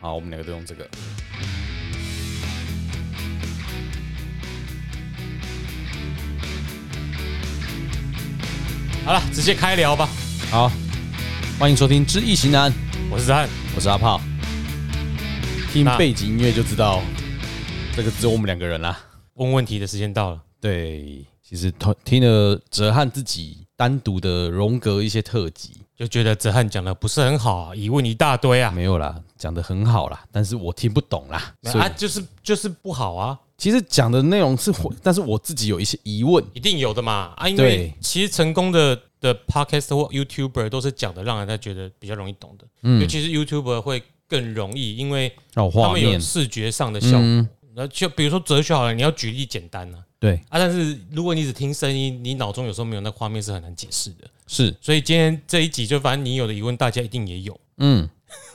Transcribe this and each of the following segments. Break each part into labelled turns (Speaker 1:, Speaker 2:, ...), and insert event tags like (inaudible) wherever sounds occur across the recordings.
Speaker 1: 好，我们两个都用这个。好了，直接开聊吧。
Speaker 2: 好，欢迎收听《知易行难》，
Speaker 1: 我是汉，
Speaker 2: 我是阿炮。听
Speaker 1: 那
Speaker 2: 背景音乐就知道，这个只有我们两个人啦。
Speaker 1: 问问题的时间到了。
Speaker 2: 对，其实听听了哲瀚自己单独的荣格一些特辑，
Speaker 1: 就觉得泽汉讲的不是很好、啊，疑问一大堆啊，
Speaker 2: 没有啦，讲的很好啦，但是我听不懂啦。所以
Speaker 1: 啊，就是就是不好啊，
Speaker 2: 其实讲的内容是混，但是我自己有一些疑问。
Speaker 1: 一定有的嘛啊，因为
Speaker 2: 对
Speaker 1: 其实成功的的 podcast 或 YouTuber 都是讲的让人家觉得比较容易懂的，尤其是 YouTuber 会更容易，因为
Speaker 2: 哦，
Speaker 1: 他
Speaker 2: 画
Speaker 1: 们有
Speaker 2: 面，
Speaker 1: 视觉上的效果。那就比如说哲学好了，你要举例简单啊
Speaker 2: 对，
Speaker 1: 啊，但是如果你只听声音，你脑中有时候没有那画面是很难解释的。
Speaker 2: 是，
Speaker 1: 所以今天这一集就反正你有的疑问，大家一定也有，
Speaker 2: 嗯，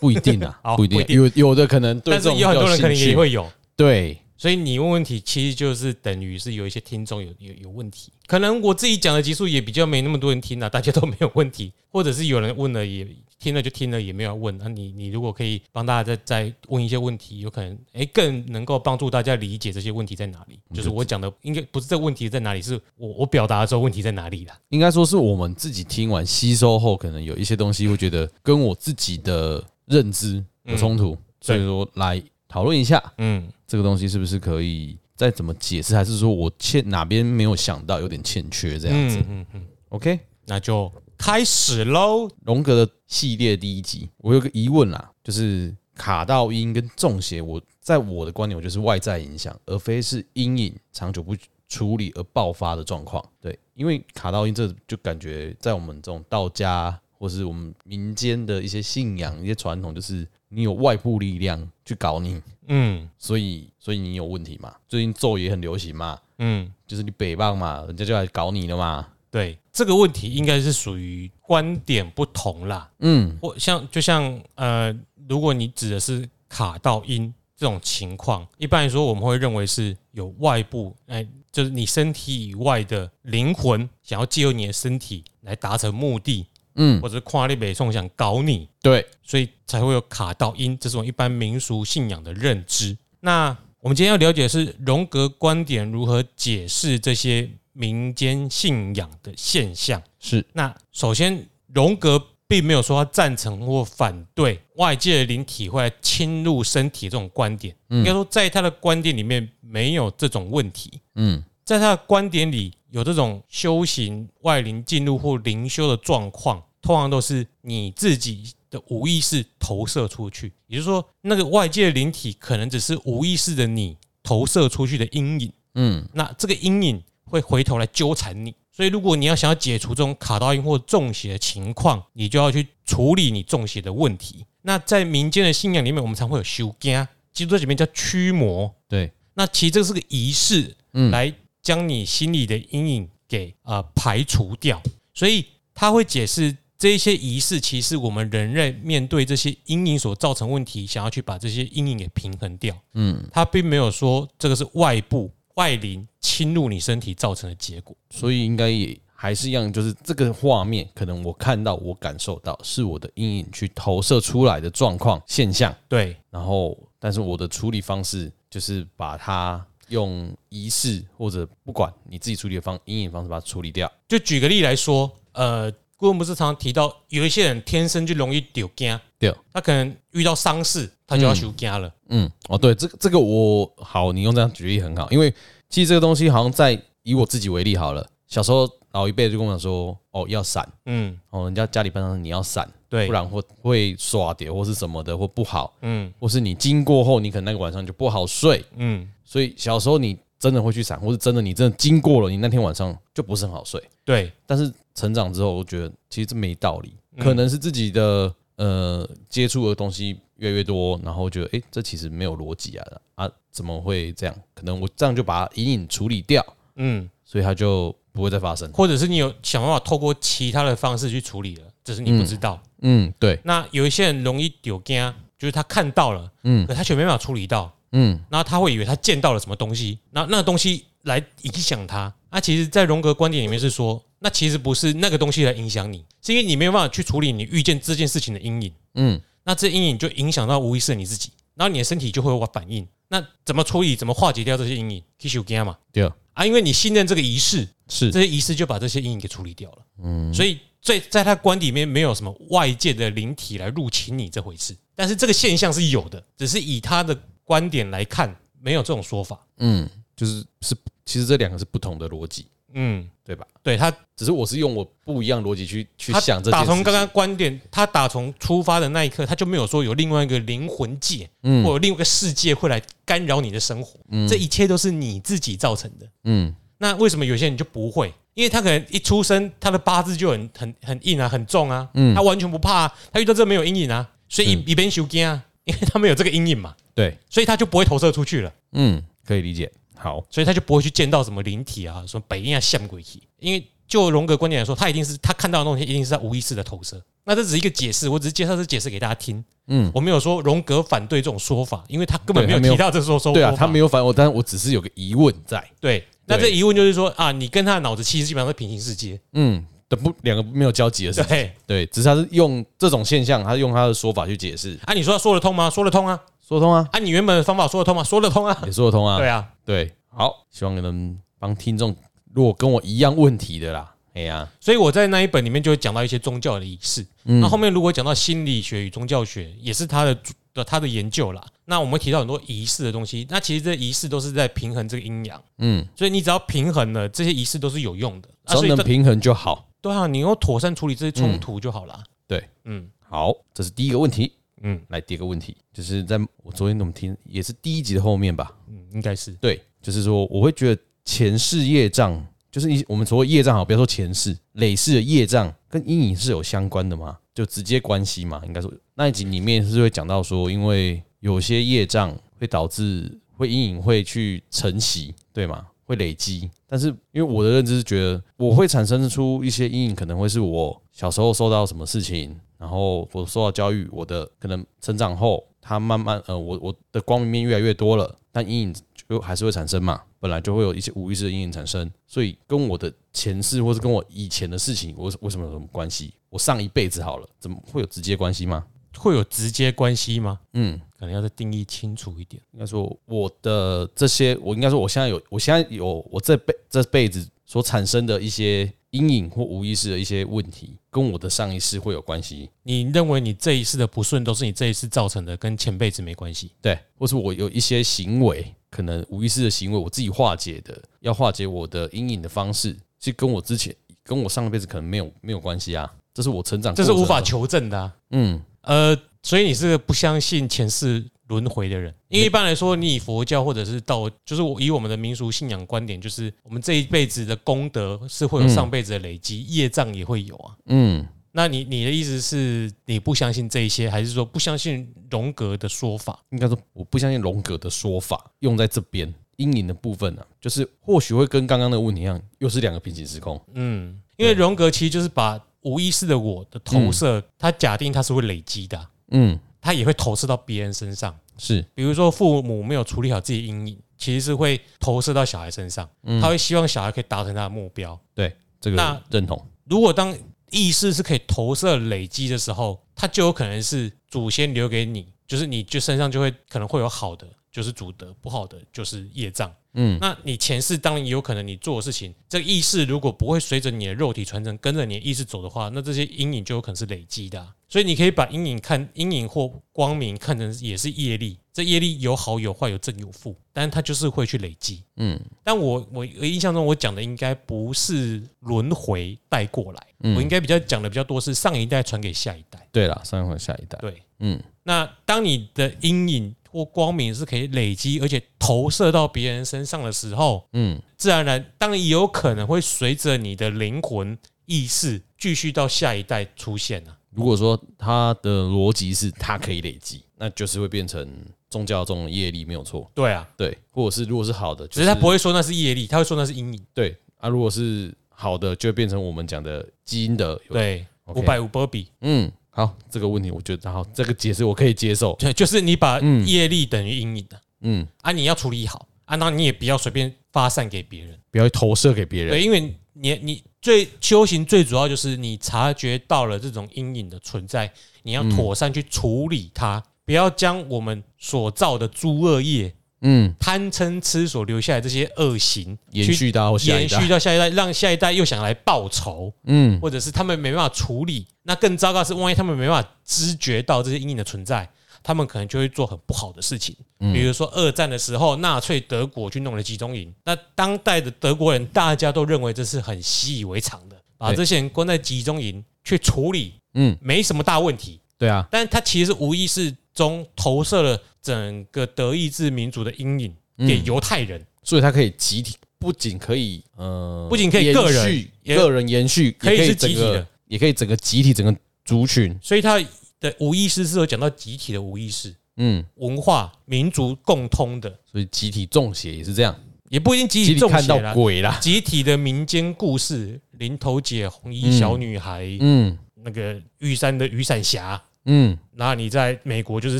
Speaker 2: 不一定啊
Speaker 1: (laughs) 好，
Speaker 2: 不一定
Speaker 1: 不
Speaker 2: 啊
Speaker 1: 一，定
Speaker 2: 有有的可能对
Speaker 1: 但
Speaker 2: 这
Speaker 1: 是
Speaker 2: 种
Speaker 1: 也有很多人可能
Speaker 2: 比较有兴
Speaker 1: 也
Speaker 2: 趣
Speaker 1: 会有。
Speaker 2: 对，
Speaker 1: 所以你问问题，其实就是等于是有一些听众有有有问题，可能我自己讲的集数也比较没那么多人听啊，大 (laughs) 家都没有问题，或者是有人问了也听了就听了，也没有要问。那、你你如果可以帮大家再再问一些问题，有可能哎、诶更能够帮助大家理解这些问题在哪
Speaker 2: 嗯
Speaker 1: 里。就是我讲的应该不是这问题在哪里，是我我表达的时候问题在哪里啦。
Speaker 2: 应该说是我们自己听完吸收后，可能有一些东西会觉得跟我自己的认知有冲突，所以说来讨论一下
Speaker 1: 嗯，
Speaker 2: 这个东西是不是可以再怎么解释，还是说我欠哪边没有想到，有点欠缺这样子。
Speaker 1: 嗯嗯嗯，
Speaker 2: OK，
Speaker 1: 那就开始喽。
Speaker 2: 荣格的系列第一集，我有个疑问啦，就是卡到音跟中邪，我在我的观点，我觉得是外在影响，而非是阴影长久不处理而爆发的状况。对，因为卡到音这就感觉在我们这种道家或是我们民间的一些信仰、一些传统，就是你有外部力量去搞你，
Speaker 1: 嗯
Speaker 2: 所以所以你有问题嘛。最近咒也很流行嘛，
Speaker 1: 嗯，
Speaker 2: 就是你诽谤嘛，人家就来搞你了嘛。
Speaker 1: 对，这个问题应该是属于观点不同啦。
Speaker 2: 嗯，
Speaker 1: 或像就像呃，如果你指的是卡到音这种情况，一般来说我们会认为是有外部，哎、就是你身体以外的灵魂想要借由你的身体来达成目的，
Speaker 2: 嗯
Speaker 1: 或者是跨立北宋想搞你，
Speaker 2: 对，
Speaker 1: 所以才会有卡到音这种一般民俗信仰的认知。那我们今天要了解的是荣格观点如何解释这些民间信仰的现象。
Speaker 2: 是
Speaker 1: 那首先，荣格并没有说他赞成或反对外界的灵体会来侵入身体这种观点，应该说在他的观点里面没有这种问题。
Speaker 2: 嗯
Speaker 1: 在他的观点里，有这种修行外灵进入或灵修的状况，通常都是你自己的无意识投射出去，也就是说，那个外界的灵体可能只是无意识的你投射出去的阴影。
Speaker 2: 嗯
Speaker 1: 那这个阴影会回头来纠缠你。所以，如果你要想要解除这种卡到音或中邪的情况，你就要去处理你中邪的问题。那在民间的信仰里面，我们常会有修家，基督教里面叫驱魔。
Speaker 2: 对，
Speaker 1: 那其实这是个仪式，
Speaker 2: 嗯
Speaker 1: 来将你心里的阴影给呃排除掉。所以他会解释这些仪式，其实我们人类面对这些阴影所造成问题，想要去把这些阴影给平衡掉。
Speaker 2: 嗯。
Speaker 1: 他并没有说这个是外部外灵侵入你身体造成的结果。
Speaker 2: 所以应该也还是一样，就是这个画面，可能我看到、我感受到，是我的阴影去投射出来的状况现象。
Speaker 1: 对，
Speaker 2: 然后，但是我的处理方式就是把它用仪式或者不管你自己处理的方阴影方式把它处理掉。
Speaker 1: 就举个例来说，呃，顾问不是常常提到有一些人天生就容易丢惊，
Speaker 2: 对，
Speaker 1: 他可能遇到伤势，他就要修惊了。
Speaker 2: 嗯，哦，对，这个这个我好，你用这样举例很好，因为其实这个东西好像在以我自己为例好了，小时候老一辈就跟我讲说，哦，要闪，
Speaker 1: 嗯，
Speaker 2: 哦，人家家里班上你要闪，
Speaker 1: 对
Speaker 2: 不，然会会耍碟或是什么的或不好。
Speaker 1: 嗯
Speaker 2: 或是你经过后，你可能那个晚上就不好睡，
Speaker 1: 嗯，
Speaker 2: 所以小时候你真的会去闪，或是真的你真的经过了，你那天晚上就不是很好睡。
Speaker 1: 对，
Speaker 2: 但是成长之后，我觉得其实这没道理，
Speaker 1: 嗯
Speaker 2: 可能是自己的呃接触的东西越来越多，然后觉得诶，这其实没有逻辑啊啊，怎么会这样？可能我这样就把它隐隐处理掉，
Speaker 1: 嗯，
Speaker 2: 所以它就不会再发生。
Speaker 1: 或者是你有想办法透过其他的方式去处理了，只是你不知道。
Speaker 2: 嗯，对，
Speaker 1: 那有一些人容易丢惊，就是他看到了，嗯，
Speaker 2: 嗯
Speaker 1: 可他却没办法处理到，
Speaker 2: 嗯
Speaker 1: 然后他会以为他见到了什么东西，然后那个东西来影响他。那、其实，在荣格观点里面是说，那其实不是那个东西来影响你，是因为你没有办法去处理你遇见这件事情的阴影。
Speaker 2: 嗯，
Speaker 1: 那这阴影就影响到无意识的你自己，然后你的身体就会有反应。那怎么处理、怎么化解掉这些阴影？Kishu g a m
Speaker 2: 对，
Speaker 1: 啊，因为你信任这个仪式，
Speaker 2: 是
Speaker 1: 这些仪式就把这些阴影给处理掉了。嗯，所以在在他观里面没有什么外界的灵体来入侵你这回事，但是这个现象是有的，只是以他的观点来看，没有这种说法。
Speaker 2: 嗯，就是是，其实这两个是不同的逻辑，
Speaker 1: 嗯，
Speaker 2: 对吧？
Speaker 1: 对他
Speaker 2: 只是我是用我不一样逻辑去去
Speaker 1: 他
Speaker 2: 想这件
Speaker 1: 打
Speaker 2: 事
Speaker 1: 从
Speaker 2: 情。
Speaker 1: 刚刚观点，他打从出发的那一刻，他就没有说有另外一个灵魂界，
Speaker 2: 嗯
Speaker 1: 或者另外一个世界会来干扰你的生活，这一切都是你自己造成的。
Speaker 2: 嗯，
Speaker 1: 那为什么有些人就不会？因为他可能一出生，他的八字就很很很硬啊，很重啊，
Speaker 2: 嗯
Speaker 1: 他完全不怕、啊，他遇到这没有阴影啊，所以一一边修惊啊，因为他没有这个阴影嘛，
Speaker 2: 对，
Speaker 1: 所以他就不会投射出去了，
Speaker 2: 嗯，可以理解。好，
Speaker 1: 所以他就不会去见到什么灵体啊，什么北印啊、像鬼体，因为就荣格观点来说，他一定是他看到的东西，一定是在无意识的投射。那这只是一个解释，我只是介绍这解释给大家听。
Speaker 2: 嗯
Speaker 1: 嗯，我没有说荣格反对这种说法，因为他根本
Speaker 2: 对
Speaker 1: 没有
Speaker 2: 他没有
Speaker 1: 提到这种说
Speaker 2: 对啊，
Speaker 1: 说法
Speaker 2: 他没有反我，但我只是有个疑问在。
Speaker 1: 对。那这
Speaker 2: 对
Speaker 1: 疑问就是说啊，你跟他的脑子其实基本上是平行世界，
Speaker 2: 嗯，的不，两个没有交集的事情。
Speaker 1: 对。
Speaker 2: 对，只是他是用这种现象，他用他的说法去解释，
Speaker 1: 啊，你说他说得通吗？说得通啊！
Speaker 2: 说得通啊，
Speaker 1: 啊，你原本的方法说得通吗？说得通啊！
Speaker 2: 也说得通啊。
Speaker 1: 对啊，
Speaker 2: 对，好，希望能帮听众，如果跟我一样问题的啦，哎呀，
Speaker 1: 所以我在那一本里面就会讲到一些宗教的仪式。
Speaker 2: 嗯
Speaker 1: 那后面如果讲到心理学与宗教学，也是他的的他的研究啦。那我们提到很多仪式的东西，那其实这仪式都是在平衡这个阴阳，
Speaker 2: 嗯，
Speaker 1: 所以你只要平衡了，这些仪式都是有用的。啊，
Speaker 2: 只要
Speaker 1: 所以
Speaker 2: 能
Speaker 1: 这
Speaker 2: 平衡就好。
Speaker 1: 对啊，你用妥善处理这些冲突就好啦。
Speaker 2: 对，
Speaker 1: 嗯
Speaker 2: 好，这是第一个问题。
Speaker 1: 嗯
Speaker 2: 来第二个问题，就是在我昨天怎么听，也是第一集的后面吧？
Speaker 1: 嗯，应该是
Speaker 2: 对，就是说我会觉得前世业障，就是一我们所谓业障好，不要说前世，累世的业障跟阴影是有相关的吗？就直接关系嘛？应该说那一集里面是会讲到说，因为有些业障会导致会阴影会去承袭，对吗？会累积，但是因为我的认知是觉得我会产生出一些阴影，可能会是我小时候受到什么事情，然后我受到教育，我的可能成长后，它慢慢呃，我我的光明面越来越多了，但阴影就还是会产生嘛，本来就会有一些无意识的阴影产生，所以跟我的前世或是跟我以前的事情，我为什么有什么关系？我上一辈子好了，怎么会有直接关系吗？
Speaker 1: 会有直接关系吗？
Speaker 2: 嗯，
Speaker 1: 可能要再定义清楚一点。
Speaker 2: 应该说我的这些，我应该说我现在有，我现在有我这辈这辈子所产生的一些阴影或无意识的一些问题，跟我的上一世会有关系，
Speaker 1: 你认为你这一次的不顺都是你这一次造成的，跟前辈子没关系？
Speaker 2: 对，或是我有一些行为，可能无意识的行为，我自己化解的，要化解我的阴影的方式，是跟我之前跟我上一辈子可能没有没有关系啊，这是我成长，
Speaker 1: 这是无法，求证的、啊。
Speaker 2: 嗯，
Speaker 1: 呃，所以你是个不相信前世轮回的人，因为一般来说，你以佛教或者是道，就是我以我们的民俗信仰观点，就是我们这一辈子的功德是会有上辈子的累积，业障也会有啊。
Speaker 2: 嗯，
Speaker 1: 那你你的意思是你不相信这一些，还是说不相信荣格的说法？
Speaker 2: 应该说我不相信荣格的说法用在这边阴影的部分呢、啊，就是或许会跟刚刚的问题一样，又是两个平行时空，
Speaker 1: 嗯，因为荣格其实就是把无意识的我的投射，他假定它是会累积的啊、
Speaker 2: 嗯，
Speaker 1: 它也会投射到别人身上。
Speaker 2: 是，
Speaker 1: 比如说父母没有处理好自己的阴影，其实是会投射到小孩身上，他会希望小孩可以达成他的目标。
Speaker 2: 对，这个
Speaker 1: 那
Speaker 2: 认同，
Speaker 1: 如果当意识是可以投射累积的时候，它就有可能是祖先留给你，就是你就身上就会可能会有好的，就是祖德；不好的就是业障。
Speaker 2: 嗯，
Speaker 1: 那你前世当然也有可能你做的事情，这个意识如果不会随着你的肉体传承，跟着你的意识走的话，那这些阴影就有可能是累积的啊、所以你可以把阴影看阴影或光明看成也是业力，这业力有好有坏，有正有负，但是它就是会去累积。
Speaker 2: 嗯，
Speaker 1: 但我我我印象中我讲的应该不是轮回带过来，
Speaker 2: 嗯
Speaker 1: 我应该比较讲的比较多是上一代传给下一代。
Speaker 2: 对了，上一回下一代，
Speaker 1: 对，
Speaker 2: 嗯
Speaker 1: 那当你的阴影或光明是可以累积，而且投射到别人身上的时候，
Speaker 2: 嗯
Speaker 1: 自然而然，当然也有可能会随着你的灵魂意识继续到下一代出现啊。
Speaker 2: 如果说它的逻辑是它可以累积，那就是会变成宗教中的业力，没有错。
Speaker 1: 对啊，
Speaker 2: 对，或者是如果是好的，
Speaker 1: 只
Speaker 2: 就是是
Speaker 1: 他不会说那是业力，他会说那是阴影。
Speaker 2: 对啊。如果是好的，就会变成我们讲的基因的。，
Speaker 1: 对，
Speaker 2: OK
Speaker 1: 五百五波比，
Speaker 2: 嗯，好，这个问题我觉得好，这个解释我可以接受。
Speaker 1: 对，就是你把业力等于阴影的
Speaker 2: 嗯，
Speaker 1: 啊，你要处理好啊，那你也不要随便发散给别人。
Speaker 2: 不要投射给别人。
Speaker 1: 对，因为你你最修行最主要就是你察觉到了这种阴影的存在，你要妥善去处理它，不要将我们所造的诸恶业、
Speaker 2: 嗯，
Speaker 1: 贪嗔痴所留下来这些恶行，
Speaker 2: 延续到
Speaker 1: 去
Speaker 2: 下一
Speaker 1: 延续
Speaker 2: 代，
Speaker 1: 到下一代，让下一代又想来报仇，
Speaker 2: 嗯，
Speaker 1: 或者是他们没办法处理。那更糟糕的是，万一他们没办法知觉到这些阴影的存在，他们可能就会做很不好的事情。
Speaker 2: 嗯
Speaker 1: 比如说二战的时候，纳粹德国去弄了集中营，那当代的德国人大家都认为这是很习以为常的，把
Speaker 2: 对
Speaker 1: 这些人关在集中营去处理，
Speaker 2: 嗯，
Speaker 1: 没什么大问题。
Speaker 2: 对啊，
Speaker 1: 但他其实无意识中投射了整个德意志民族的阴影
Speaker 2: 嗯
Speaker 1: 给犹太人。
Speaker 2: 所以它可以集体，不仅可以，呃，
Speaker 1: 不仅可以个人
Speaker 2: 延续
Speaker 1: 也
Speaker 2: 个人延续，
Speaker 1: 可以
Speaker 2: 也
Speaker 1: 是
Speaker 2: 整
Speaker 1: 集体
Speaker 2: 个
Speaker 1: 的，
Speaker 2: 也可以整个集体整个族群，
Speaker 1: 所以他的无意识是有讲到集体的无意识、
Speaker 2: 嗯，
Speaker 1: 文化、民族共通的，
Speaker 2: 所以集体中邪也是这样，
Speaker 1: 也不一定集
Speaker 2: 集
Speaker 1: 体
Speaker 2: 体
Speaker 1: 中
Speaker 2: 看
Speaker 1: 邪
Speaker 2: 到
Speaker 1: 啦。
Speaker 2: 鬼啦，
Speaker 1: 集体的民间故事，林头姐、红衣小女孩，
Speaker 2: 嗯
Speaker 1: 那个玉山的雨伞侠，
Speaker 2: 嗯
Speaker 1: 然后你在美国就是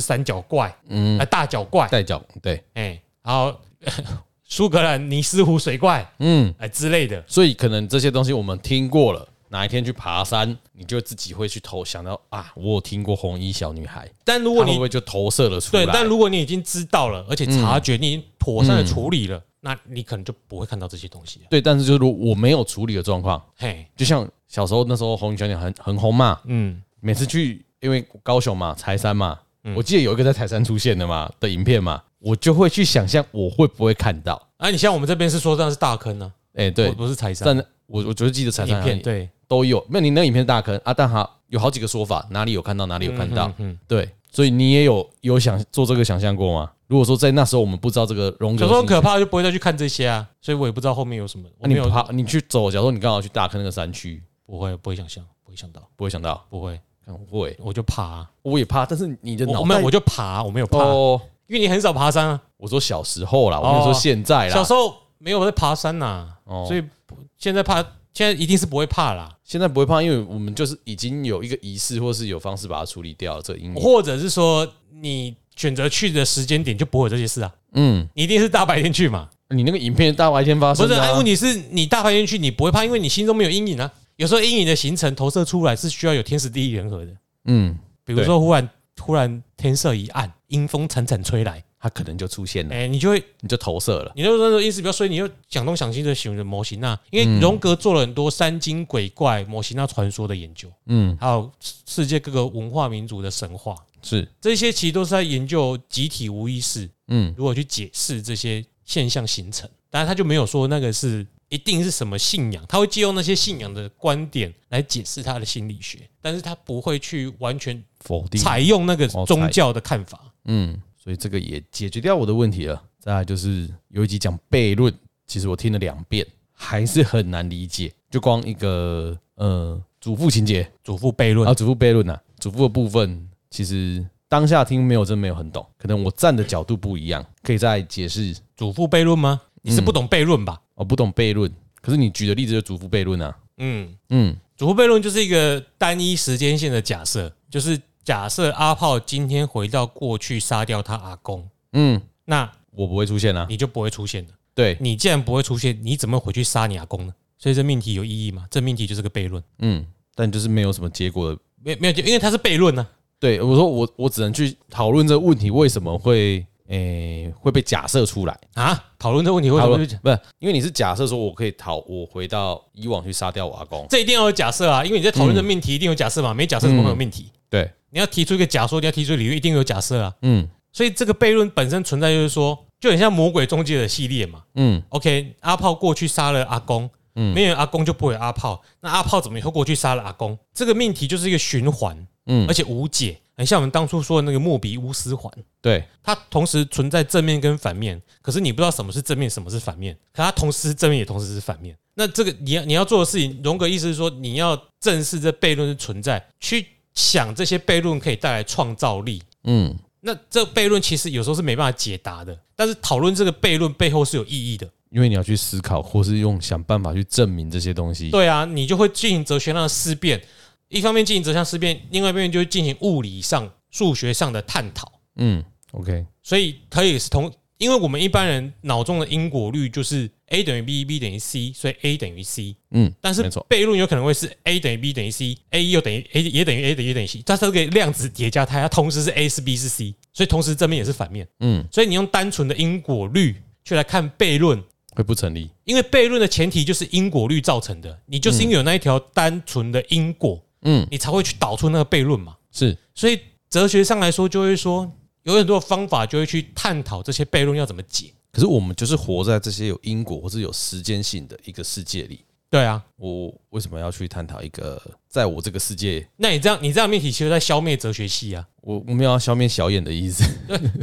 Speaker 1: 三角怪，
Speaker 2: 嗯，
Speaker 1: 啊大脚怪，
Speaker 2: 带脚对，
Speaker 1: 哎，然后 (laughs) 苏格兰尼斯湖水怪，
Speaker 2: 嗯，
Speaker 1: 哎之类的，
Speaker 2: 所以可能这些东西我们听过了。哪一天去爬山，你就自己会去投想到啊，我有听过红衣小女孩，
Speaker 1: 但如
Speaker 2: 如
Speaker 1: 果
Speaker 2: 会
Speaker 1: 你
Speaker 2: 不会就投射了出来？
Speaker 1: 对，但如果你已经知道了，而且察觉，你已经妥善的处理
Speaker 2: 嗯
Speaker 1: 了，那你可能就不会看到这些东西了。
Speaker 2: 对，但是就是如果我没有处理的状况，
Speaker 1: 嘿，
Speaker 2: 就像小时候那时候红衣小女孩很很红嘛，
Speaker 1: 嗯，
Speaker 2: 每次去因为高雄嘛，柴山嘛，我记得有一个在柴山出现的嘛的影片嘛，我就会去想象我会不会看到，
Speaker 1: 啊，你像我们这边是说这样是大坑呢、
Speaker 2: 哎、
Speaker 1: 啊，
Speaker 2: 对
Speaker 1: 不，不是财山
Speaker 2: 但我我就记得柴山
Speaker 1: 影
Speaker 2: 好像
Speaker 1: 片，对，
Speaker 2: 都有，那你那个影片是大坑啊，但哈有好几个说法，哪里有看到哪里有看到，对，所以你也有有想做这个想象过吗？如果说在那时候我们不知道这个荣格
Speaker 1: 小
Speaker 2: 的
Speaker 1: 时候很
Speaker 2: 信息，
Speaker 1: 可怕就不会再去看这些啊，所以我也不知道后面有什么，我
Speaker 2: 那
Speaker 1: 没
Speaker 2: 啊你
Speaker 1: 有
Speaker 2: 爬你去走，假如说你刚好去大坑那个山区，
Speaker 1: 不会不会想象，不会想到，
Speaker 2: 不会想到，
Speaker 1: 不会，
Speaker 2: 看我会，
Speaker 1: 我就爬啊、
Speaker 2: 我也怕，但是你的
Speaker 1: 我
Speaker 2: 脑
Speaker 1: 我没
Speaker 2: 袋
Speaker 1: 有我就爬啊，我没有爬，
Speaker 2: 哦，
Speaker 1: 因为你很少爬山啊，
Speaker 2: 我说小时候啦，我没有说现在啦，
Speaker 1: 小时候没有在爬山呐、
Speaker 2: 哦
Speaker 1: 所以不现在怕，现在一定是不会怕啦，
Speaker 2: 现在不会怕，因为我们就是已经有一个仪式，或是有方式把它处理掉了这个阴影。
Speaker 1: 或者是说你选择去的时间点就不会有这些事啊。
Speaker 2: 嗯，
Speaker 1: 你一定是大白天去嘛？
Speaker 2: 你那个影片大白天发
Speaker 1: 不
Speaker 2: 生
Speaker 1: 是，
Speaker 2: 啊的、
Speaker 1: 哎，
Speaker 2: 啊，
Speaker 1: 问题是你大白天去，你不会怕，因为你心中没有阴影啊。有时候阴影的形成投射出来是需要有天时地利人和的，
Speaker 2: 嗯，
Speaker 1: 比如说忽然突然天色一暗，阴风惨惨吹来，
Speaker 2: 它可能就出现了，
Speaker 1: 哎，你就会，
Speaker 2: 你就投射了。
Speaker 1: 你就那时候意识比较衰，你就想东想西的形容模型啊。因
Speaker 2: 嗯
Speaker 1: 为荣格做了很多山精鬼怪、模型啊传说的研究，
Speaker 2: 嗯，
Speaker 1: 还有世界各个文化民族的神话，
Speaker 2: 是，
Speaker 1: 这些其实都是在研究集体无意识
Speaker 2: 嗯
Speaker 1: 如何去解释这些现象形成。当然，他就没有说那个是一定是什么信仰，他会借用那些信仰的观点来解释他的心理学，但是他不会去完全
Speaker 2: 否定。
Speaker 1: 采用那个
Speaker 2: 哦
Speaker 1: 宗
Speaker 2: 采
Speaker 1: 教的看法。
Speaker 2: 嗯，所以这个也解决掉我的问题了。再来就是有一集讲悖论，其实我听了两遍，还是很难理解。就光一个呃祖父情节，
Speaker 1: 祖父悖论
Speaker 2: 啊，，祖父悖论呐、啊，祖父的部分其实当下听没有真没有很懂，可能我站的角度不一样，可以再解释。哦
Speaker 1: 祖父悖论吗？
Speaker 2: 嗯
Speaker 1: 你是不懂悖论吧？
Speaker 2: 我、不懂悖论，可是你举的例子就是祖父悖论啊，
Speaker 1: 嗯，
Speaker 2: 嗯
Speaker 1: 祖父悖论就是一个单一时间线的假设，就是假设阿炮今天回到过去杀掉他阿公，
Speaker 2: 嗯，
Speaker 1: 那
Speaker 2: 我不会出现啊，
Speaker 1: 你就不会出现了。
Speaker 2: 对，
Speaker 1: 你既然不会出现，你怎么回去杀你阿公呢？所以这命题有意义吗？这命题就是个悖论，
Speaker 2: 嗯，但就是没有什么结果的。
Speaker 1: 没没有，因为它是悖论啊呢、
Speaker 2: 对我说我我只能去讨论这个问题为什么会诶、会被假设出来，
Speaker 1: 啊。讨论这个问题为什
Speaker 2: 讨
Speaker 1: 么
Speaker 2: 论
Speaker 1: 会？
Speaker 2: 不是因为你是假设说我可以逃，我回到以往去杀掉我阿公，
Speaker 1: 这一定要有假设啊，因为你在讨论
Speaker 2: 嗯
Speaker 1: 的命题一定有假设嘛，没假设怎么会有命题？
Speaker 2: 对，
Speaker 1: 你要提出一个假说，你要提出理由，一定有假设啊。
Speaker 2: 嗯
Speaker 1: 所以这个悖论本身存在，就是说，就很像魔鬼中介的系列嘛。
Speaker 2: 嗯
Speaker 1: OK，阿炮过去杀了阿公，
Speaker 2: 嗯
Speaker 1: 没有阿公就不会有阿炮，那阿炮怎么以后过去杀了阿公？这个命题就是一个循环，
Speaker 2: 嗯
Speaker 1: 而，且无解，很像我们当初说的那个莫比乌斯环。
Speaker 2: 对，
Speaker 1: 它同时存在正面跟反面，可是你不知道什么是正面，什么是反面。可它同时是正面，也同时是反面。那这个你要你要做的事情，荣格意思是说，你要正视这悖论的存在，去想这些悖论可以带来创造力。
Speaker 2: 嗯
Speaker 1: 那这悖论其实有时候是没办法解答的，但是讨论这个悖论背后是有意义的。
Speaker 2: 因为你要去思考，或是用想办法去证明这些东西。
Speaker 1: 对啊，你就会进行哲学上的思辨，一方面进行哲学上思辨，另外一方面就会进行物理上、数学上的探讨。
Speaker 2: 嗯，OK，
Speaker 1: 所以可以是同，因为我们一般人脑中的因果律就是 a 等于 b，b 等于 c，所以 a 等于 c。
Speaker 2: 嗯，
Speaker 1: 但是
Speaker 2: 没错，
Speaker 1: 悖论有可能会是 a 等于 b 等于 c，a 又等于 a 也等于 a 等于 a 等于 c，它是个量子叠加态，它同时是 a 是 b 是 c，所以同时正面也是反面。
Speaker 2: 嗯，
Speaker 1: 所以你用单纯的因果律去来看悖论，
Speaker 2: 会不成立。
Speaker 1: 因为悖论的前提就是因果律造成的，你就是因为有那一条单纯的因果，
Speaker 2: 嗯，
Speaker 1: 你才会去导出那个悖论嘛。
Speaker 2: 是
Speaker 1: 所以哲学上来说，就会说有很多方法，就会去探讨这些悖论要怎么解。
Speaker 2: 可是我们就是活在这些有因果或是有时间性的一个世界里，
Speaker 1: 对啊，
Speaker 2: 我为什么要去探讨一个在我这个世界，
Speaker 1: 那你这样你这样命题，其实在消灭哲学系啊，
Speaker 2: 我我没有要消灭小眼的
Speaker 1: (laughs)
Speaker 2: 意思，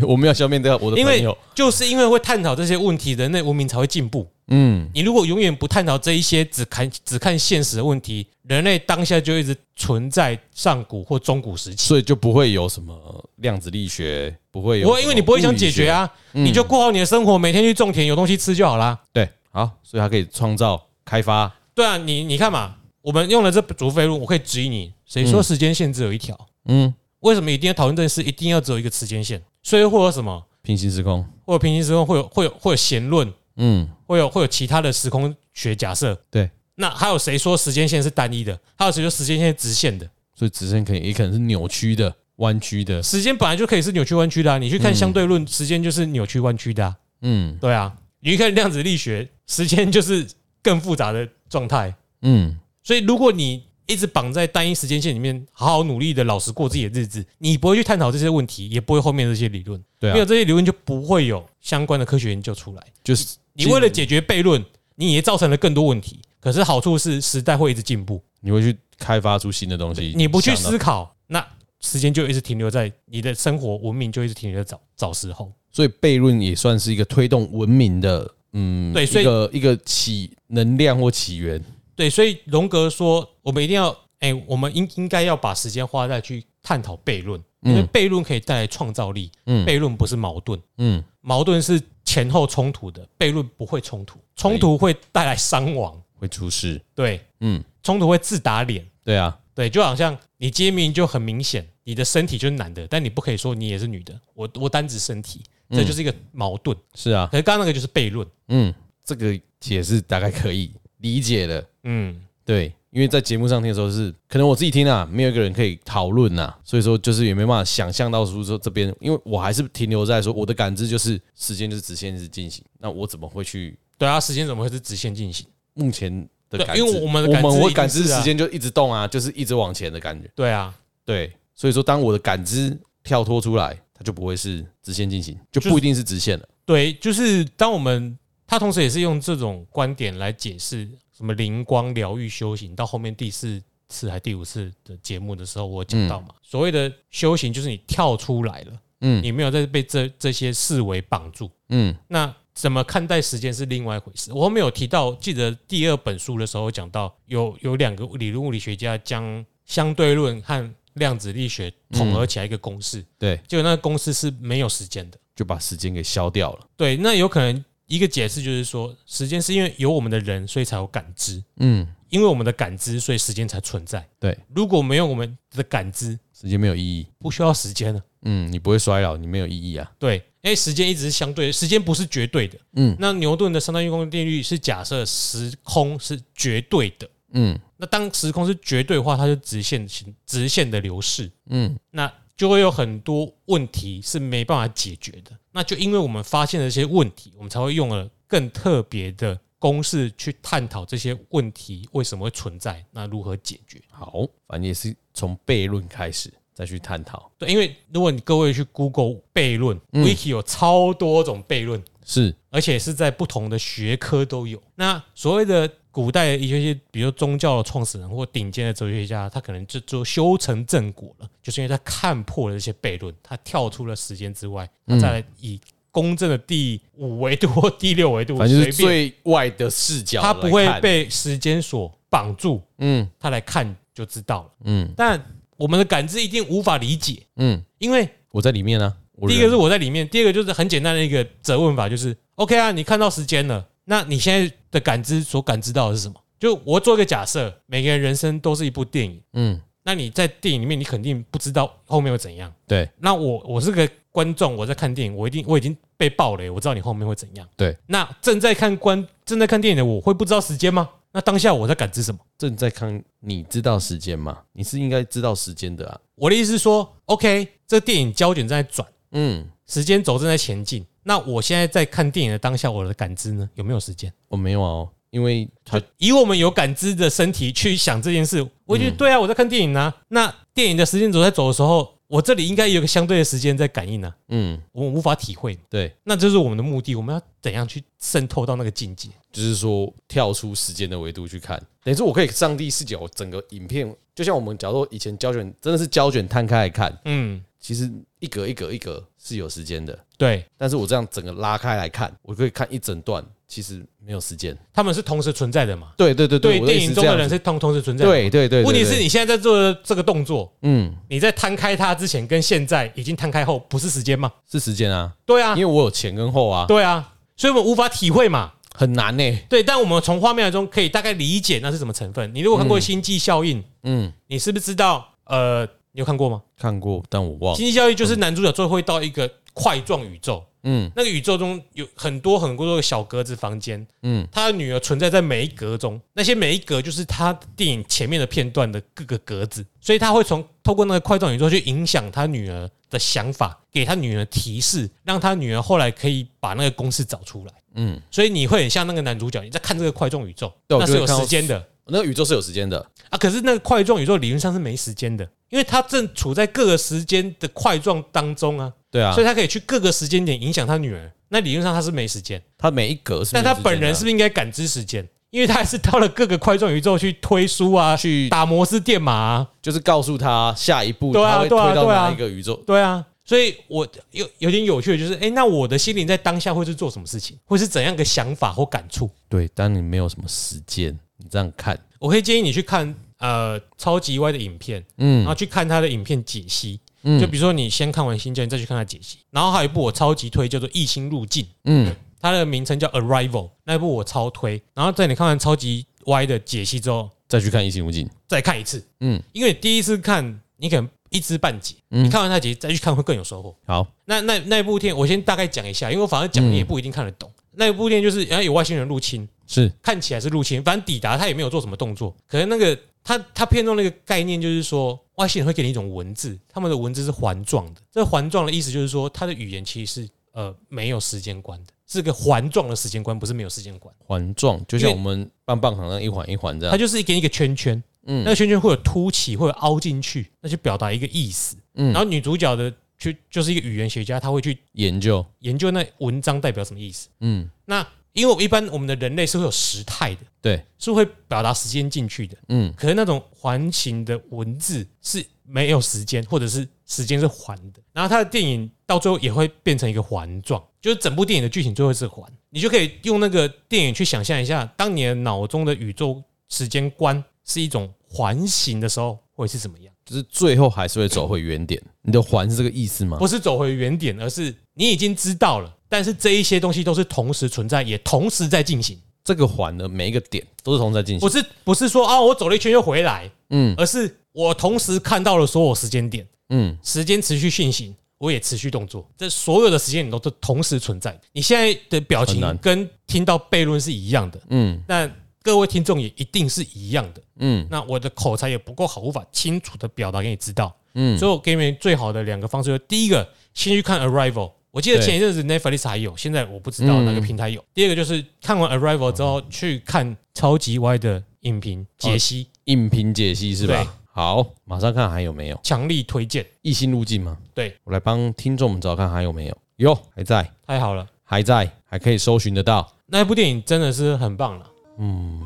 Speaker 2: 我没有消灭掉我的
Speaker 1: 因
Speaker 2: 朋
Speaker 1: 为
Speaker 2: 友，
Speaker 1: 就是因为会探讨这些问题，人类文明才会进步。
Speaker 2: 嗯，
Speaker 1: 你如果永远不探讨这一些，只看只看现实的问题，人类当下就一直存在上古或中古时期。
Speaker 2: 所以就不会有什么量子力学，不会有什么
Speaker 1: 不
Speaker 2: 物理
Speaker 1: 会，
Speaker 2: 学，
Speaker 1: 因为你不会想解决啊，
Speaker 2: 嗯
Speaker 1: 你就过好你的生活，每天去种田，有东西吃就好啦。
Speaker 2: 对，好，所以它可以创造、开发，
Speaker 1: 对啊，你你看嘛，我们用了这竹飞路，我可以质疑你，谁说时间线只有一条？
Speaker 2: 嗯，
Speaker 1: 为什么一定要讨论这件事？一定要只有一个时间线？所以会有什么？
Speaker 2: 平行时空，
Speaker 1: 会有平行时空，会有会有会有弦论，
Speaker 2: 嗯，
Speaker 1: 会有会有其他的时空学假设。
Speaker 2: 对，
Speaker 1: 那还有谁说时间线是单一的？还有谁说时间线是直线的？
Speaker 2: 所以直线可以也可能是扭曲的、弯曲的，
Speaker 1: 时间本来就可以是扭曲弯曲的、啊，你去看相对论，时间就是扭曲弯曲的、啊。
Speaker 2: 嗯
Speaker 1: 对啊，你去看量子力学，时间就是更复杂的状态。
Speaker 2: 嗯，
Speaker 1: 所以如果你一直绑在单一时间线里面，好好努力的老实过自己的日子，你不会去探讨这些问题，也不会后面这些理论，
Speaker 2: 对
Speaker 1: 没有
Speaker 2: 啊，
Speaker 1: 这些理论就不会有相关的科学研究出来。
Speaker 2: 就是
Speaker 1: 你为了解决悖论，你也造成了更多问题。可是好处是时代会一直进步，
Speaker 2: 你会去开发出新的东西，
Speaker 1: 你不去
Speaker 2: 想到
Speaker 1: 思考，那时间就一直停留在你的生活文明就一直停留在早早时候。
Speaker 2: 所以悖论也算是一个推动文明的，嗯，
Speaker 1: 对所以
Speaker 2: 一个一个起能量或起源，
Speaker 1: 对，所以荣格说，我们一定要，哎、我们应应该要把时间花在去探讨悖论，因为悖论可以带来创造力，
Speaker 2: 嗯
Speaker 1: 悖论不是矛盾。
Speaker 2: 嗯，
Speaker 1: 矛盾是前后冲突的，悖论不会冲突，冲突会带来伤亡，
Speaker 2: 会出事，
Speaker 1: 对，
Speaker 2: 嗯，
Speaker 1: 冲突会自打脸，
Speaker 2: 对啊，
Speaker 1: 对，就好像你揭秘就很明显，你的身体就是男的，但你不可以说你也是女的，我我单指身体，
Speaker 2: 嗯
Speaker 1: 这就是一个矛盾。
Speaker 2: 是啊，
Speaker 1: 可是刚刚那个就是悖论，
Speaker 2: 嗯，这个解释大概可以理解了，
Speaker 1: 嗯，
Speaker 2: 对。因为在节目上听的时候是，可能我自己听啊，没有一个人可以讨论呐，所以说就是也没办法想象到说说这边，因为我还是停留在说我的感知就是时间就是直线是进行，那我怎么会去
Speaker 1: 对啊，时间怎么会是直线进行？
Speaker 2: 目前的
Speaker 1: 对
Speaker 2: 感知？
Speaker 1: 因为我们的感知
Speaker 2: 我们
Speaker 1: 一定
Speaker 2: 会
Speaker 1: 是
Speaker 2: 感知
Speaker 1: 啊
Speaker 2: 时间就一直动啊，就是一直往前的感觉。
Speaker 1: 对啊，
Speaker 2: 对，所以说当我的感知跳脱出来，它就不会是直线进行，就
Speaker 1: 就是
Speaker 2: 不一定是直线了。
Speaker 1: 对，就是当我们他同时也是用这种观点来解释什么灵光疗愈修行，到后面第四次还第五次的节目的时候，我有讲到嘛，所谓的修行就是你跳出来了，
Speaker 2: 嗯
Speaker 1: 你没有再被这这些事为绑住。
Speaker 2: 嗯，
Speaker 1: 那怎么看待时间是另外一回事。我后面有提到，记得第二本书的时候讲到有有两个理论物理学家将相对论和量子力学统合起来一个公式，
Speaker 2: 对，
Speaker 1: 结果那个公式是没有时间的。
Speaker 2: 就把时间给消掉了。
Speaker 1: 对，那有可能一个解释就是说，时间是因为有我们的人，所以才有感知，
Speaker 2: 嗯，
Speaker 1: 因为我们的感知，所以时间才存在。
Speaker 2: 对，
Speaker 1: 如果没有我们的感知，
Speaker 2: 时间没有意义。
Speaker 1: 不需要时间了。
Speaker 2: 嗯，你不会衰老，你没有意义啊。
Speaker 1: 对，因为时间一直是相对的，时间不是绝对的。
Speaker 2: 嗯
Speaker 1: 那牛顿的相当运动定律是假设时空是绝对的，
Speaker 2: 嗯
Speaker 1: 那当时空是绝对化，它就直线型直线的流逝。
Speaker 2: 嗯，
Speaker 1: 那就会有很多问题是没办法解决的。那就因为我们发现了这些问题，我们才会用了更特别的公式去探讨这些问题为什么会存在，那如何解决？
Speaker 2: 好，反正也是从悖论开始再去探讨。
Speaker 1: 对，因为如果你各位去 Google 悖论、w
Speaker 2: 嗯
Speaker 1: i k i 有超多种悖论，
Speaker 2: 是，
Speaker 1: 而且是在不同的学科都有。那所谓的古代的一些，比如宗教的创始人或顶尖的哲学家，他可能就就修成正果了，就是因为他看破了这些悖论，他跳出了时间之外，他再来以公正的第五维度或第六维度，
Speaker 2: 反正就是
Speaker 1: 随便
Speaker 2: 最外的视角来
Speaker 1: 他
Speaker 2: 看，
Speaker 1: 不会被时间所绑住，
Speaker 2: 嗯
Speaker 1: 他来看就知道了。
Speaker 2: 嗯
Speaker 1: 但我们的感知一定无法理解，
Speaker 2: 嗯，
Speaker 1: 因为
Speaker 2: 我在里面呢、我
Speaker 1: 第一
Speaker 2: 人
Speaker 1: 个是我在里面，第二个就是很简单的一个责问法，就是 OK 啊，你看到时间了，那你现在的感知所感知到的是什么？就我做一个假设，每个人人生都是一部电影，
Speaker 2: 嗯，
Speaker 1: 那你在电影里面，你肯定不知道后面会怎样。
Speaker 2: 对，
Speaker 1: 那我我是个观众我在看电影，我一定我已经被爆雷，我知道你后面会怎样。
Speaker 2: 对，
Speaker 1: 那正在看观正在看电影的我会不知道时间吗？那当下我在感知什么？
Speaker 2: 正在看，你知道时间吗？你是应该知道时间的啊。
Speaker 1: 我的意思是说，OK，这电影焦点正在转，
Speaker 2: 嗯，
Speaker 1: 时间轴正在前进。那我现在在看电影的当下，我的感知呢有没有时间？
Speaker 2: 我没有啊哦，因为他
Speaker 1: 以我们有感知的身体去想这件事，我
Speaker 2: 嗯
Speaker 1: 觉得对啊，我在看电影啊。那电影的时间轴在走的时候，我这里应该有个相对的时间在感应啊，
Speaker 2: 嗯，
Speaker 1: 我无法体会。
Speaker 2: 对，
Speaker 1: 那这是我们的目的，我们要怎样去渗透到那个境界？
Speaker 2: 就是说跳出时间的维度去看，等于说我可以上帝视角，我整个影片就像我们假如说以前胶卷真的是胶卷摊开来看，
Speaker 1: 嗯，
Speaker 2: 其实一格一格一格是有时间的，
Speaker 1: 对，
Speaker 2: 但是我这样整个拉开来看，我可以看一整段，其实没有时间。
Speaker 1: 他们是同时存在的嘛？
Speaker 2: 对对对
Speaker 1: 对，
Speaker 2: 我的意
Speaker 1: 电
Speaker 2: 思
Speaker 1: 影
Speaker 2: 这
Speaker 1: 中的
Speaker 2: 样
Speaker 1: 人
Speaker 2: 子
Speaker 1: 是同同时存在的。
Speaker 2: 对对对，对
Speaker 1: 问题是
Speaker 2: 对
Speaker 1: 你现在在做的这个动作，
Speaker 2: 嗯
Speaker 1: 你在摊开它之前跟现在已经摊开后，不是时间吗？
Speaker 2: 是时间啊，
Speaker 1: 对啊
Speaker 2: 因，为我有前跟后啊，
Speaker 1: 对啊，所以我们无法体会嘛。
Speaker 2: 很难呢、
Speaker 1: 对，但我们从画面中可以大概理解那是什么成分。你如果看过《星际效应》，
Speaker 2: 嗯，
Speaker 1: 你是不是知道？呃，你有看过吗？
Speaker 2: 看过，但我
Speaker 1: 《
Speaker 2: 忘了。
Speaker 1: 星际效应》就是男主角最后会到一个块状宇宙，
Speaker 2: 嗯
Speaker 1: 那个宇宙中有很多很多的小格子房间，
Speaker 2: 嗯，
Speaker 1: 他的女儿存在在每一格中，那些每一格就是他电影前面的片段的各个格子，所以他会从透过那个块状宇宙去影响他女儿的想法，给他女儿提示，让他女儿后来可以把那个公式找出来。
Speaker 2: 嗯，
Speaker 1: 所以你会很像那个男主角，你在看这个块状宇宙，
Speaker 2: 对
Speaker 1: 那是
Speaker 2: 我就会
Speaker 1: 有
Speaker 2: 看到
Speaker 1: 时间的
Speaker 2: 那个宇宙是有时间的，
Speaker 1: 啊。可是那个块状宇宙理论上是没时间的，因为它正处在各个时间的块状当中啊，
Speaker 2: 对啊
Speaker 1: 所，以他可以去各个时间点影响他女儿。那理论上他是没时间。
Speaker 2: 他每一格是没有时
Speaker 1: 但
Speaker 2: 间的
Speaker 1: 他
Speaker 2: 啊，
Speaker 1: 本人是不是应该感知时间？因为他还是到了各个块状宇宙去推书啊，
Speaker 2: 去
Speaker 1: 打摩斯电码、啊，
Speaker 2: 就是告诉他下一步
Speaker 1: 对啊
Speaker 2: 他会
Speaker 1: 对啊
Speaker 2: 推到
Speaker 1: 对啊
Speaker 2: 哪一个宇宙，
Speaker 1: 对啊。所以我有有点有趣的就是，哎、那我的心灵在当下会是做什么事情，会是怎样的想法或感触？
Speaker 2: 对，当你没有什么时间，你这样看，
Speaker 1: 我可以建议你去看呃超级歪的影片，然
Speaker 2: 嗯
Speaker 1: 后去看他的影片解析。
Speaker 2: 嗯
Speaker 1: 就比如说你先看完《新疆》，你再去看他解析。然后还有一部我超级推，叫做《异星入境》。
Speaker 2: 嗯
Speaker 1: 它的名称叫 Arrival，那一部我超推。然后在你看完超级歪的解析之后，
Speaker 2: 再去看《异形无尽》，
Speaker 1: 再看一次，
Speaker 2: 嗯
Speaker 1: 因为第一次看你可能一知半解，
Speaker 2: 嗯
Speaker 1: 你看完它集再去看会更有收获。
Speaker 2: 好，
Speaker 1: 那那那部片我先大概讲一下，因为我反正
Speaker 2: 嗯
Speaker 1: 讲你也不一定看得懂。那部片就是哎然后有外星人入侵，
Speaker 2: 是
Speaker 1: 看起来是入侵，反正抵达他也没有做什么动作，可能那个他他片中那个概念就是说外星人会给你一种文字，他们的文字是环状的，这环状的意思就是说他的语言其实是呃没有时间观的，是个环状的时间观，不是没有时间观，
Speaker 2: 环状，就像
Speaker 1: 因
Speaker 2: 我
Speaker 1: 为
Speaker 2: 们棒棒糖那样一环一环这
Speaker 1: 它
Speaker 2: 样，
Speaker 1: 就是给你一个圈圈。那
Speaker 2: 嗯
Speaker 1: 个圈圈会有凸起，会有凹进去，那去表达一个意思。
Speaker 2: 嗯，
Speaker 1: 然后女主角的去就是一个语言学家，她会去
Speaker 2: 研究，
Speaker 1: 研究那文章代表什么意思。
Speaker 2: 嗯
Speaker 1: 那因为我们一般我们的人类是会有时态的，
Speaker 2: 对，
Speaker 1: 是会表达时间进去的。
Speaker 2: 嗯
Speaker 1: 可是那种环形的文字是没有时间，或者是时间是环的。然后他的电影到最后也会变成一个环状，就是整部电影的剧情最后是环。你就可以用那个电影去想象一下，当你的脑中的宇宙时间观是一种环形的时候，会是什么样？
Speaker 2: 就是最后还是会走回原点。你的环是这个意思吗？
Speaker 1: 不是走回原点，而是你已经知道了，但是这一些东西都是同时存在，也同时在进行。
Speaker 2: 这个环的每一个点都是同时在进
Speaker 1: 不
Speaker 2: 行。
Speaker 1: 是不是说啊，我走了一圈又回来，
Speaker 2: 嗯
Speaker 1: 而是我同时看到了所有时间点。
Speaker 2: 嗯，
Speaker 1: 时间持续运行，我也持续动作，这所有的时间你都是同时存在的。你现在的表情
Speaker 2: 很难
Speaker 1: 跟听到悖论是一样的，
Speaker 2: 嗯
Speaker 1: 那各位听众也一定是一样的。
Speaker 2: 嗯
Speaker 1: 那我的口才也不够好，无法清楚的表达给你知道，
Speaker 2: 嗯，
Speaker 1: 所以我给你们最好的两个方式，第一个先去看 Arrival。我记得
Speaker 2: 对嗯
Speaker 1: 前一阵子 Netflix 还有，现在我不知道哪个平台有。第二个就是看完 Arrival 之后，去看超级歪的影评解析，
Speaker 2: 影评解析是
Speaker 1: 对
Speaker 2: 吧？好，马上看还有没有
Speaker 1: 强力推荐。
Speaker 2: 异星路径吗？
Speaker 1: 对，
Speaker 2: 我来帮听众们找看还有没有，有还在，
Speaker 1: 太好了，
Speaker 2: 还在，还可以搜寻得到。
Speaker 1: 那一部电影真的是很棒了。
Speaker 2: 嗯，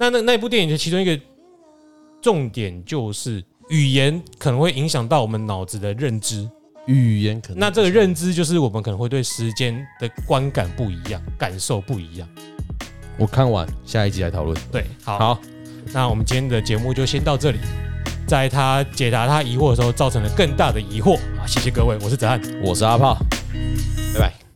Speaker 1: 那那那部电影的其中一个重点就是语言可能会影响到我们脑子的认知，
Speaker 2: 语言可能
Speaker 1: 那这个认知就是我们可能会对时间的观感不一样，感受不一样。
Speaker 2: 我看完下一集来讨论。
Speaker 1: 对，好，
Speaker 2: 好，
Speaker 1: 那我们今天的节目就先到这里。在他解答他疑惑的时候，造成了更大的疑惑啊！谢谢各位，我是子翰。
Speaker 2: 我是阿炮，